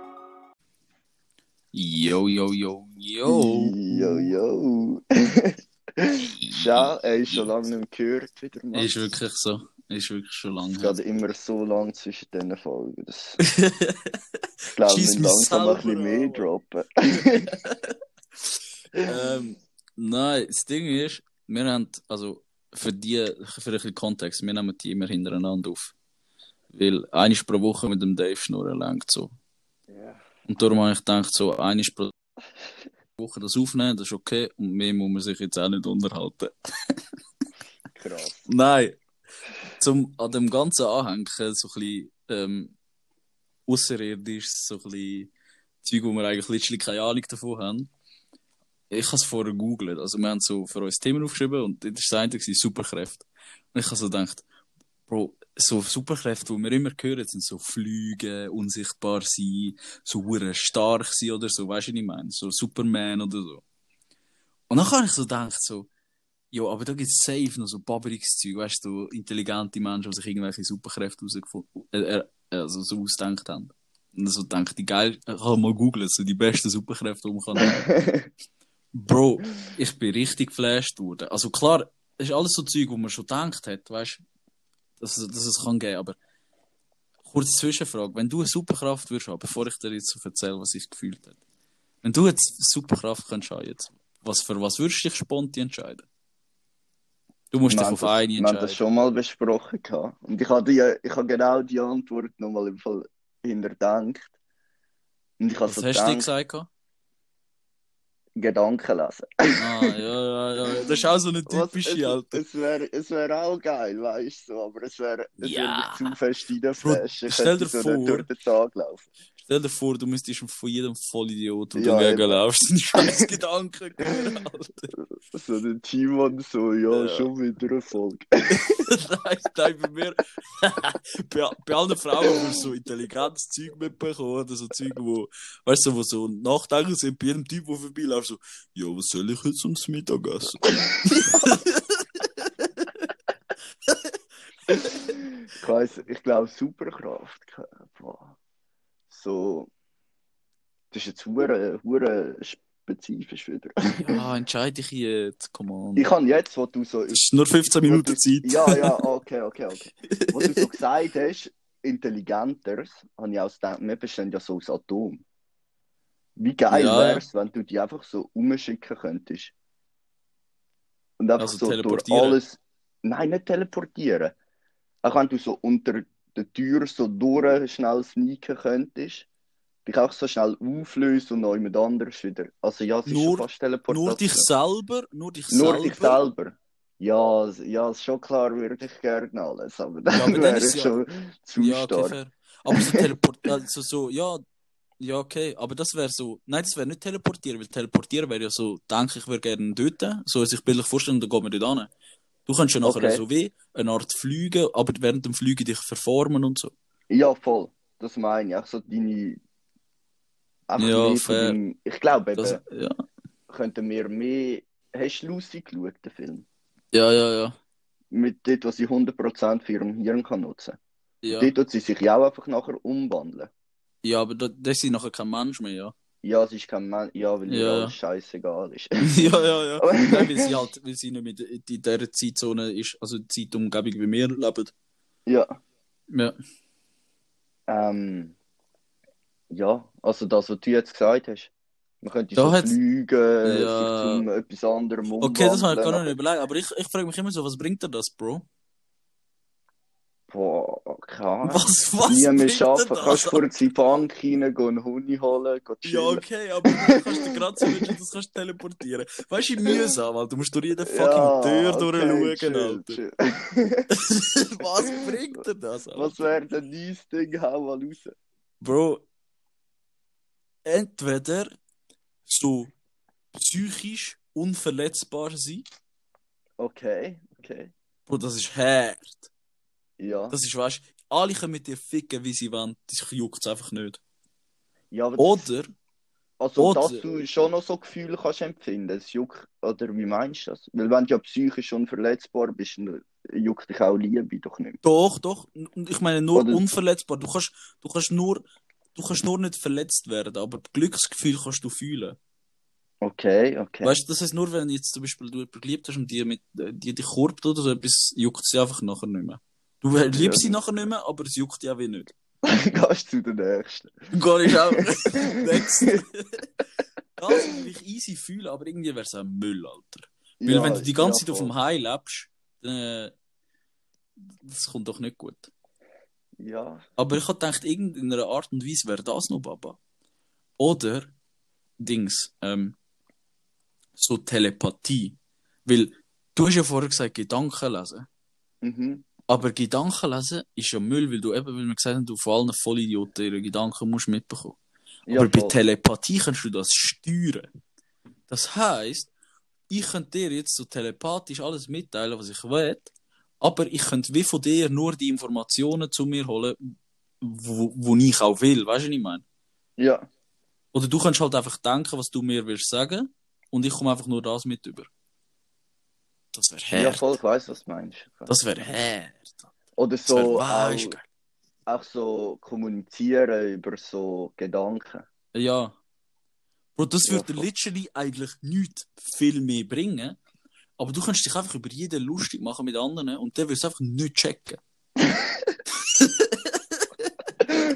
Schau, er ist schon lange nicht mehr gehört. Wieder mal. Ist wirklich so. Ist wirklich schon lange. Es her. geht immer so lang zwischen diesen Folgen. Das, ich glaube, wir Schieß müssen mich langsam ein bisschen selber mehr an. droppen. Ähm, nein, das Ding ist, wir haben, also für die, für ein bisschen Kontext, wir nehmen die immer hintereinander auf. Weil eines pro Woche mit dem Dave schnurren längt so. Ja. Und darum habe ich gedacht, so eines pro Woche das aufnehmen, das ist okay. Und mehr muss man sich jetzt auch nicht unterhalten. Krass. Nein. Zum an dem ganzen Anhängen so ein bisschen ähm, außerirdisch, so ein bisschen Zeug, wo wir eigentlich literally keine Ahnung davon haben. Ich habe es vorher gegoogelt. Also wir haben so für uns Themen aufgeschrieben und das war das eine Superkräfte. Und ich habe so gedacht, Bro, so Superkräfte, die wir immer hören, sind so Flüge, unsichtbar sein, so hure stark sein oder so, weißt du, was ich meine? So Superman oder so. Und dann habe ich so gedacht, so, ja, aber da gibt es safe noch so babberiges Zeug, weißt du, intelligente Menschen, die sich irgendwelche Superkräfte rausgefunden, äh, äh, also so ausgedacht haben. Und so denkt die geil, äh, ich kann mal googeln, so die besten Superkräfte, die man kann. haben. Bro, ich bin richtig geflasht worden. Also klar, es ist alles so Zeug, wo man schon gedacht hat, weißt du, dass, dass es kann gehen, aber kurze Zwischenfrage, wenn du eine Superkraft würdest haben, bevor ich dir jetzt so erzähle, was ich gefühlt habe. Wenn du jetzt eine Superkraft könntest haben, jetzt, was, für was würdest du dich spontan entscheiden? Du musst dich Wir haben auf das- eine Wir haben das entscheiden. schon mal besprochen. gehabt. Und ich habe, die, ich habe genau die Antwort nochmal im Fall hinterdenkt. Und ich habe Was so hast du gedacht, gesagt? gehabt? Gedanken lesen. Ah, ja, ja, ja. Das ist auch so eine Was, typische, Alter. es es wäre es wär auch geil, weißt du, aber es wäre es Ja. wär nicht zu fest reinflashen. Ich stell könnte dir so vor- durch den Tag laufen. Stell dir vor, du müsstest von jedem Vollidiot, und Ja, du gegen eben. laufst, einen scheiß Gedanken hören, Alter. So der Timon so, ja, Ja. schon wieder Erfolg. nein, nein, bei mir. bei, bei allen Frauen, die wir so intelligentes Zeug mitbekommen oder so Zeug, wo, weißt du, wo so Nachdenken sind, bei jedem Typ, der vorbeiläuft, so, ja, was soll ich jetzt ums Mittagessen? Ich weiss, ich glaube, Superkraft. boah. So. Das ist jetzt hure, hure spezifisch wieder. ja, entscheide ich jetzt, komm on. Ich habe jetzt, wo du so. Das ist nur 15 Minuten Zeit. Ja, ja, okay, okay, okay. Was du so gesagt hast, intelligenter, habe ich auch gedacht, wir bestehen ja so aus Atom. Wie geil Ja, ja. wär's, wenn du die einfach so umschicken könntest? Und einfach Also so durch teleportieren. alles. Nein, nicht teleportieren. Auch wenn du so unter der Tür so durch schnell sneaken könntest, dich auch so schnell auflösen und noch jemand anderes wieder. Also ja, es ist Nur- schon fast Teleportation. Nur dich selber, nur dich Nur selber. dich selber. Ja, s- ja, ist schon klar, würde ich gerne alles, aber dann aber dann wäre ist ich ja- schon zu Ja, okay, stark. fair. Aber so teleport, also so, ja, ja, okay, aber das wäre so, nein, das wäre nicht teleportieren, weil teleportieren wäre ja so, denke ich, wäre gerne dort, so sich bildlich vorstellen, dann gehen wir dort hin. Du kannst ja nachher Okay. so wie eine Art fliegen, aber während dem Fliegen dich verformen und so. Ja, voll. Das meine ich. Also deine. Einfach Ja, mehr von fair. deinem... Ich glaube, eben, Das, ja. könnten wir mehr. Hast du Lucy geschaut, den Film? ja, ja, ja. Mit dem, was sie 100% für ihren Hirn kann nutzen kann. Ja, Dort tut sie sich ja auch einfach nachher umwandeln. ja aber da, das ist nachher kein Mensch mehr, ja. Ja, sie ist kein Mann. Ja, weil ihr Ja. alles scheißegal ist. ja, ja, ja. Aber- Nein, weil sie halt, weil sie nicht mit in dieser Zeitzone ist, also Zeitumgebung wie wir leben. ja. Ja. Ähm, ja, also das, was du jetzt gesagt hast. Man könnte Da so hat's- fliegen, Ja. sich zum etwas anderem Okay, das habe ich umwandeln, gar aber- nicht überlegt, aber ich, ich frage mich immer so, was bringt dir das, Bro? Ah, Boah, keine Ahnung. Was, was? Nie mehr bringt dir arbeiten. das? Kannst kurz in die Bank reingehen, einen Huni holen, gehen Ja, chillen. okay, aber du kannst dir gerade so wirklich, das kannst du teleportieren. Weißt du, wie mühsam, Alter. Du musst durch jede fucking Tür durchschauen, chill, Alter. chill. was bringt dir das, Alter? Was wäre denn dein Ding? Hau mal raus. Bro, entweder so psychisch unverletzbar sein, Okay, okay. Bro, das ist hart. Ja. Das ist, weißt du, alle können mit dir ficken, wie sie wollen, dich juckt es einfach nicht. ja aber das, Oder, also, oder- dass du schon noch so Gefühle kannst empfinden, es juckt, oder wie meinst du das? Weil wenn du ja psychisch unverletzbar bist, dann juckt dich auch Liebe doch nicht. Doch, doch. Und Ich meine nur Oder- unverletzbar. Du kannst, du kannst nur, du kannst nur nicht verletzt werden, aber Glücksgefühl kannst du fühlen. Okay, okay. Weißt du, das heißt nur, wenn jetzt zum Beispiel du jemanden geliebt hast und die mit äh, die, die kurbt oder so etwas, juckt sie einfach nachher nicht mehr. Du äh, liebst Ja. sie nachher nicht mehr, aber es juckt dich auch wie nicht. Gehst zu der nächsten. Gar nicht auch. Next. Ja, es ist vielleicht easy fühlen, aber irgendwie wäre es auch Müll, Alter. Weil Ja, wenn du die ganze Zeit auf voll. dem High lebst, dann, äh, das kommt doch nicht gut. Ja, Aber ich habe gedacht, irgendeiner Art und Weise wäre das noch Baba. Oder Dings, ähm, so Telepathie. Weil du hast ja vorher gesagt, Gedanken lesen. mhm. Aber Gedanken lesen ist ja Müll, weil du eben, wie wir gesagt haben, du vor allen Vollidioten ihre Gedanken musst mitbekommen. ja Aber bei voll. Telepathie kannst du das steuern. Das heißt, ich könnte dir jetzt so telepathisch alles mitteilen, was ich will, aber ich könnte wie von dir nur die Informationen zu mir holen, wo, wo ich auch will. Weißt du, was ich meine? Ja, Oder du kannst halt einfach denken, was du mir willst sagen, und ich komme einfach nur das mit über. Das wäre ja, hart. voll, ich weiß, was du meinst. das wäre hart. Oder Das wäre so, weisst auch, auch so kommunizieren über so Gedanken. Ja. Bro, das Ja, würde voll. literally eigentlich nichts viel mehr bringen. Aber du kannst dich einfach über jeden lustig machen mit anderen und der würde es einfach nicht checken.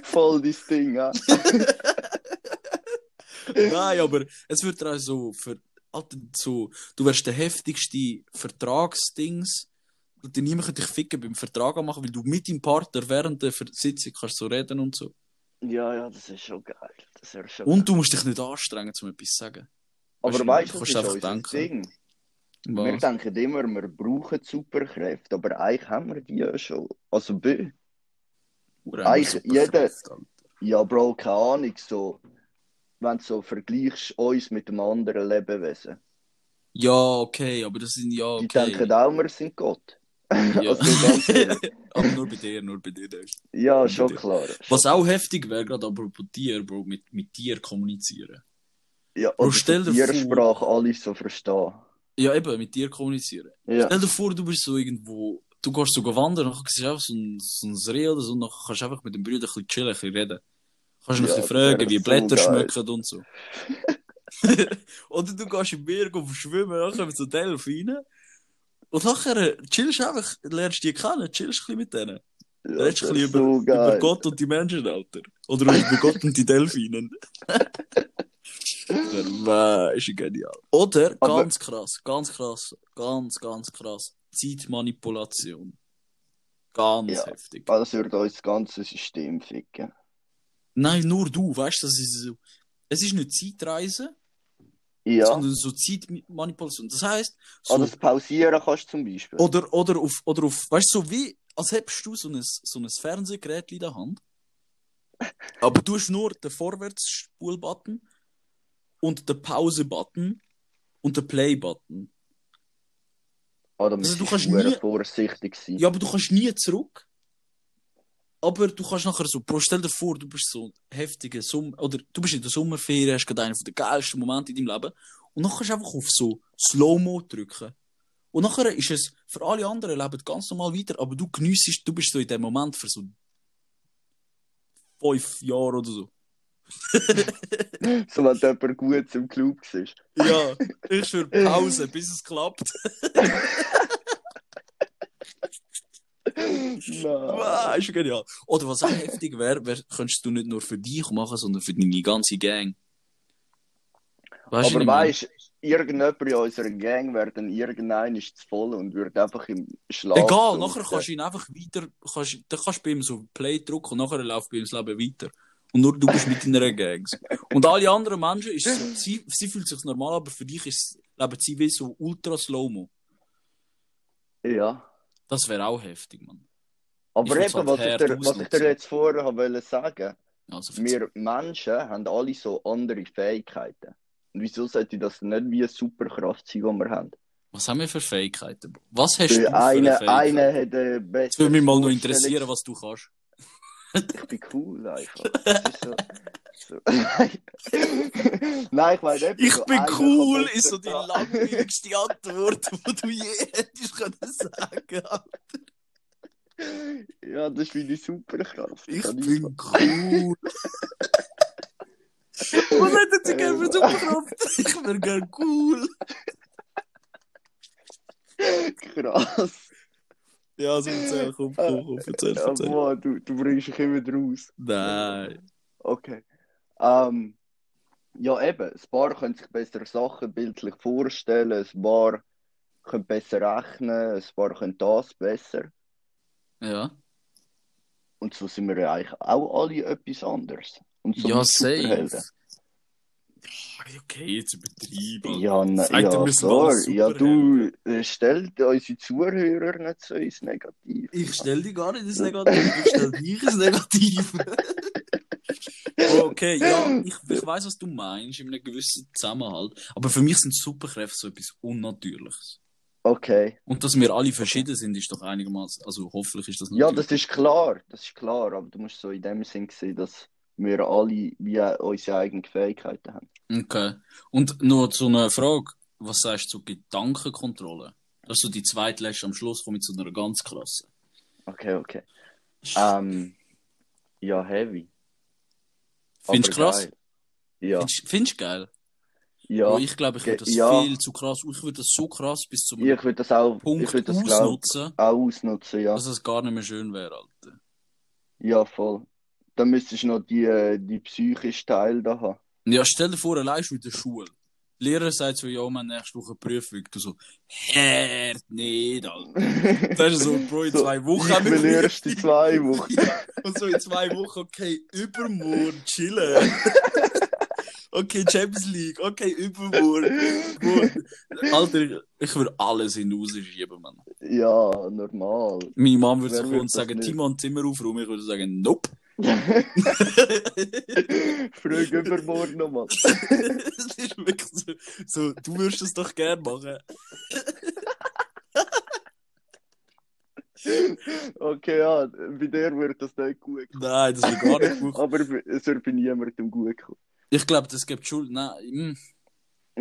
Voll dein Ding, ja. Nein, aber es wird dir auch so, für, Alter, so, du wärst der heftigste Vertragsdings und dann niemand könnte dich ficken beim Vertrag anmachen, weil du mit deinem Partner während der Ver- Sitzung kannst so reden und so. Ja, ja, das ist schon geil. Das ist schon Und du musst dich nicht anstrengen, um etwas zu sagen. geil. weißt Aber du, weißt du du, das kannst ist einfach unser denken. Ding. Wir Was? denken immer, wir brauchen Superkräfte, aber eigentlich haben wir die ja schon. Also, bö. Eigentlich jeder- ja, Bro, keine Ahnung, so, wenn du so vergleichst uns mit einem anderen Lebewesen. Ja, okay, aber das sind ja okay. Die denken auch, wir sind Gott. Ja. Also, ganz ehrlich. Aber nur bei dir, nur bei dir. Dave. ja, schon klar. Was auch heftig wäre, gerade apropos Tier, Bro, mit, mit Tier kommunizieren. Ja, Bro, oder stell so dir vor- Tiersprache alles so verstehen. Ja, eben, mit Tier kommunizieren. Ja, Stell dir vor, du bist so irgendwo, du gehst so wandern, dann siehst du einfach so ein, so ein Reh oder so, und dann kannst du einfach mit dem Bruder ein bisschen chillen, ein bisschen reden. Kannst ihn ein Ja, bisschen fragen, das wie wär so Blätter geil. schmecken und so. oder du gehst im Meer go schwimmen, dann kommen so Delfine. Und nachher chillst du einfach, lernst die kennen, chillst ein bisschen mit denen. ja Redest das ein ist bisschen über, so über geil. Gott und die Menschen, Alter. Oder über Gott und die Delfinen. Wow, ist ja genial. Oder, Aber- ganz krass, ganz krass, ganz, ganz krass, Zeitmanipulation. Ganz Ja. heftig. Das würde uns das ganze System ficken. Nein, nur du, weißt du, das ist so. Es ist nicht Zeitreise, Ja, sondern so Zeitmanipulation. Das heisst, so, Oh, also das Pausieren kannst du zum Beispiel. oder, oder auf, oder auf, weißt du, so wie, als hättest du so ein, so ein Fernsehgerät in der Hand, aber du hast nur den Vorwärtsspul-Button und den Pause-Button und den Play-Button. Oder man Also, du muss kannst sehr nie- vorsichtig sein. Ja, aber du kannst nie zurück. Aber du kannst nachher so, Bro, stell dir vor, du bist so ein heftiger Sommer, oder du bist in der Sommerferien, hast gerade einen der geilsten Momente in deinem Leben. Und dann kannst du einfach auf so Slow-Mo drücken. Und nachher ist es, für alle anderen leben ganz normal weiter, aber du geniessest, du bist so in dem Moment für so fünf Jahre oder so. So, wenn jemand gut im Club ist. Ja, ich für Pause, bis es klappt. Nein. Wow, ist ja genial. Oder Oh, was auch heftig wäre, wär, könntest du nicht nur für dich machen, sondern für deine ganze Gang. Weißt Aber ich meine? weißt du, irgendjemand in unserer Gang wäre dann irgendein ist zu voll und würde einfach im Schlaf. Egal, so- nachher kannst du ihn einfach weiter, kannst, dann kannst du bei ihm so Play drücken und nachher läuft bei ihm das Leben weiter. Und nur du bist mit deiner Gang. Und alle anderen Menschen, ist so, sie, sie fühlt sich normal, aber für dich ist, leben sie wie so ultra slow-mo. Ja. Das wäre auch heftig, Mann. Ich Aber würd's eben, halt was ich, hart dir, was ich dir ausnutzen. jetzt vorher habe wollen sagen Also, verzeih- wir Menschen haben alle so andere Fähigkeiten. Und wieso sollte das nicht wie eine Superkraft sein, die wir haben? was haben wir für Fähigkeiten? Bro? Was hast du für Weil Einer Fähigkeiten? eine hat eine bessere Es würde mich mal noch Vorstellung. interessieren, was du kannst. Ich bin cool einfach. Das ist so, so. Nein, ich meine nicht. Ich so bin einer "Ah." kann cool, besser ist so die da- langweiligste Antwort, die du je hättest können sagen. Ja, das ist meine Superkraft. Ich kann bin cool. Was hättet ihr Äh, gerne für eine Superkraft? Ich wäre gerne cool. Krass. Ja, also erzähl, komm, komm, komm, erzähl, Ah, Ja, erzähl. Mann, du, du bringst dich immer raus. Nein. Okay. Ähm, ja, eben, ein paar können sich besser Sachen bildlich vorstellen, ein paar können besser rechnen, ein paar können das besser. Ja. Und so sind wir ja eigentlich auch alle etwas anderes. Und so ja, mit Superhelden. safe. Ja, okay, jetzt übertrieben. Ja, na, Sagt er, ja, wir sind alle sorry. Ja, du, äh, stellt unsere Zuhörer nicht so ins Negativ. Ich stelle dich gar nicht ins Negativ, ich stelle dich ins Negativ. Oh, okay, ja, ich, ich weiß, was du meinst, in einem gewissen Zusammenhalt. Aber für mich sind Superkräfte so etwas Unnatürliches. Okay. Und dass wir alle verschieden sind, ist doch einigermaßen, also hoffentlich ist das Ja, das ist klar, das ist klar, aber du musst so in dem Sinn sehen, dass wir alle wie auch unsere eigenen Fähigkeiten haben. Okay. Und noch zu einer Frage. Was sagst du zu Gedankenkontrolle? Dass du die zweitletzte am Schluss kommst zu einer ganz Klasse. Okay, okay. Ähm, ja, heavy. Findest du aber krass? geil. Ja, Findest findest du geil? ja. Oh, ich glaube, ich würde das Ge- ja. viel zu krass, ich würde das so krass bis zum Ich würde das auch, ich Punkt Also würde das glaub, ausnutzen, auch ausnutzen, ja. dass es gar nicht mehr schön wäre, Alter. Ja, voll. Dann müsstest du noch die, äh, die psychischen Teile da haben. Ja, stell dir vor, allein schon in der Schule. Die Lehrer sagt so, ja, wir haben nächste Woche Prüfung. Du so, hört nicht, Alter. Das ist so, Bro, in So, zwei Wochen Ich bin erst in zwei Wochen. Ja, und so in zwei Wochen, okay, übermorgen chillen. okay, Champions League, okay, übermorgen. Bro, Alter, ich würde alles hinausschieben, Mann. Ja, normal. Meine Mom würde Wer so kommen würde und das sagen, nicht? Timon, Zimmer aufräumen. Ich würde sagen, nope. Früh übermorgen nochmal. das ist wirklich so, so, du würdest es doch gern machen. Okay, ja, dus bei dir wird das nicht gut. kommen. Nein, das will gar nicht machen. Aber es wird bei niemandem gut kommen. Ich glaube, das gibt Schuld. Nein, mm.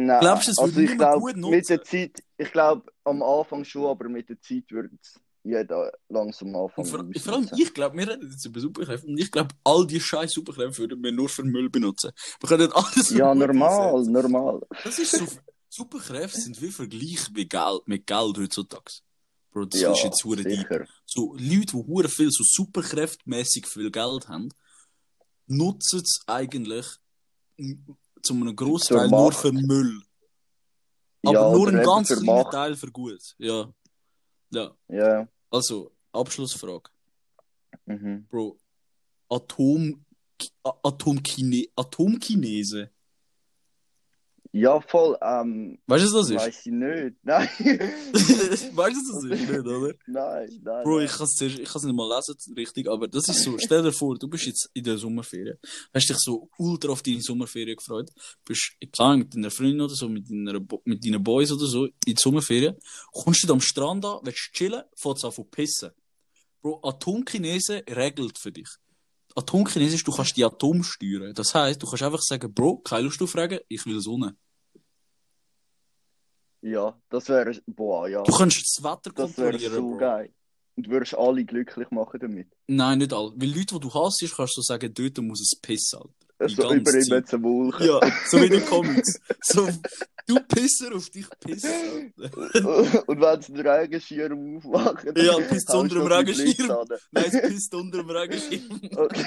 Nein, Glaubst du, es also würde ich niemand glaube, gut nutzen? mit der Zeit, ich glaube am Anfang schon, aber mit der Zeit würde es jeder langsam und anfangen. vor, vor allem ausnutzen. ich glaube, wir reden jetzt über Superkräfte und ich glaube, all die scheiß Superkräfte würden wir nur für Müll benutzen. Wir können alles für ja, Gutes normal, normal. einsetzen. Das ist so, Superkräfte sind wie vergleichbar mit Geld, mit Geld heutzutage. Bro, das ja, ist jetzt hure deep. sicher. so Leute, die hure viel, so superkräftmäßig viel Geld haben, nutzen es eigentlich m- zu einem Großteil Zur nur Macht. für Müll. Ja, Aber nur oder einen eben ganz für kleinen Macht. Teil für gut. Ja. Ja. Ja, Also, Abschlussfrage. mhm. Bro, Atom. A- Atomkine, Atomkinese. ja voll. Ähm, Weißt du, was das ist? weiß ich nicht. Nein, weißt du, was das ist? Nicht, oder? nein, nein. Bro, nein. ich kann es nicht mal lesen, richtig, aber das ist so, stell dir vor, du bist jetzt in der Sommerferien, hast dich so ultra auf deine Sommerferien gefreut, bist, ich sag, mit deiner Freundin oder so, mit, deiner, Bo- mit deinen Boys oder so, in die Sommerferien, kommst du am Strand an, willst chillen, fährst an zu pissen. Bro, Atomchinese regelt für dich. Atomchinese ist, du kannst die Atom steuern. Das heisst, du kannst einfach sagen, Bro, keine Lust auf Regen, ich will Sonne. Ja, das wäre. Boah, ja. Du kannst das Wetter Das wäre kontrollieren, so Bro. geil. Und du würdest alle glücklich machen damit. Nein, nicht all. Weil Leute, die du hasst, kannst du sagen, dort muss es pissen, Alter. Die So ganze über Zeit. ihm zu Wolken. Ja, so wie in den Comics. So, du Pisser auf dich pissen. Alter. Und wenn sie den Regenschirm aufmachen, dann Ja, bis zu haust du unter dem auf die Blitze Regenschirm. an. Nein, es pisst unter dem Regenschirm. Okay.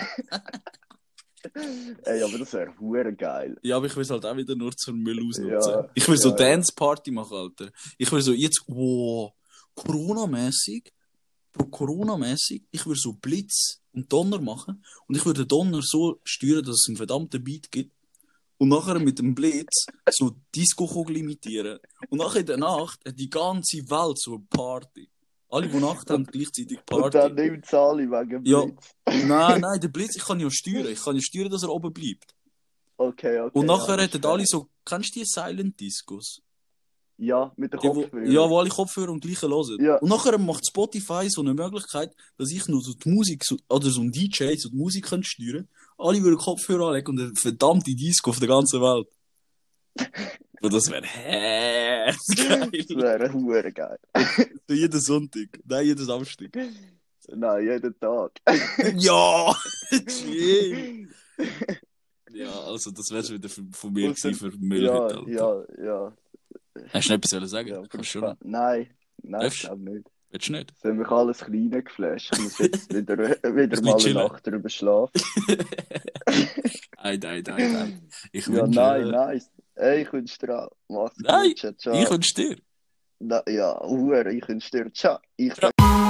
Ey, aber das wäre hure geil. Ja, aber ich will es halt auch wieder nur zum Müll ausnutzen. Ja, ich will so ja, ja. Dance-Party machen, Alter. Ich will so jetzt, wow, Corona-mäßig, pro Corona-mäßig, ich will so Blitz und Donner machen. Und ich würde den Donner so steuern, dass es einen verdammten Beat gibt. Und nachher mit dem Blitz so Disco-Kugel imitieren. Und nachher in der Nacht hat die ganze Welt so eine Party. Alle, die Nacht haben, gleichzeitig Und dann Party. nimmt es alle wegen Ja. Blitz. Nein, nein, der Blitz, ich kann ja steuern. Ich kann ja steuern, dass er oben bleibt. Okay, okay. Und nachher ja, Genau, das hätten ist alle fair. so, kennst du die Silent Discos? Ja, mit den Die, wo, Kopfhörern. ja, wo alle Kopfhörer und gleiche hören. Ja. Und nachher macht Spotify so eine Möglichkeit, dass ich nur so die Musik, so, oder so ein DJ, so die Musik kann steuern Alle würden Kopfhörer anlegen und eine verdammte Disco auf der ganzen Welt. Und das wäre Das geil. wäre hure geil. So jeden Sonntag. Nein, jeden Samstag. Nou, Nein, jeden Tag. Ja! Chill! Ja, also das wär's wieder von von mir Ausser- gewesen für ja, Müllhütte. Alter. ja, ja. Hast du noch etwas wollen sagen? ja Kannst du schon. Nein, nein, ich Darfst- glaube nicht. Willst du nicht? Jetzt haben mich alles kleine geflasht. Ich muss jetzt wieder, wieder bisschen mal eine chillen. Nacht drüber schlafen. Nein, nein, nein, nein. Ich Ja, wünsche... nein, äh, nein. Ey, ich wünsche dir auch. Mach's Nein, gut. Ciao, ciao. Ich wünsche dir. Na, ja, Huer, ich wünsche dir. Ciao. Ich Ciao.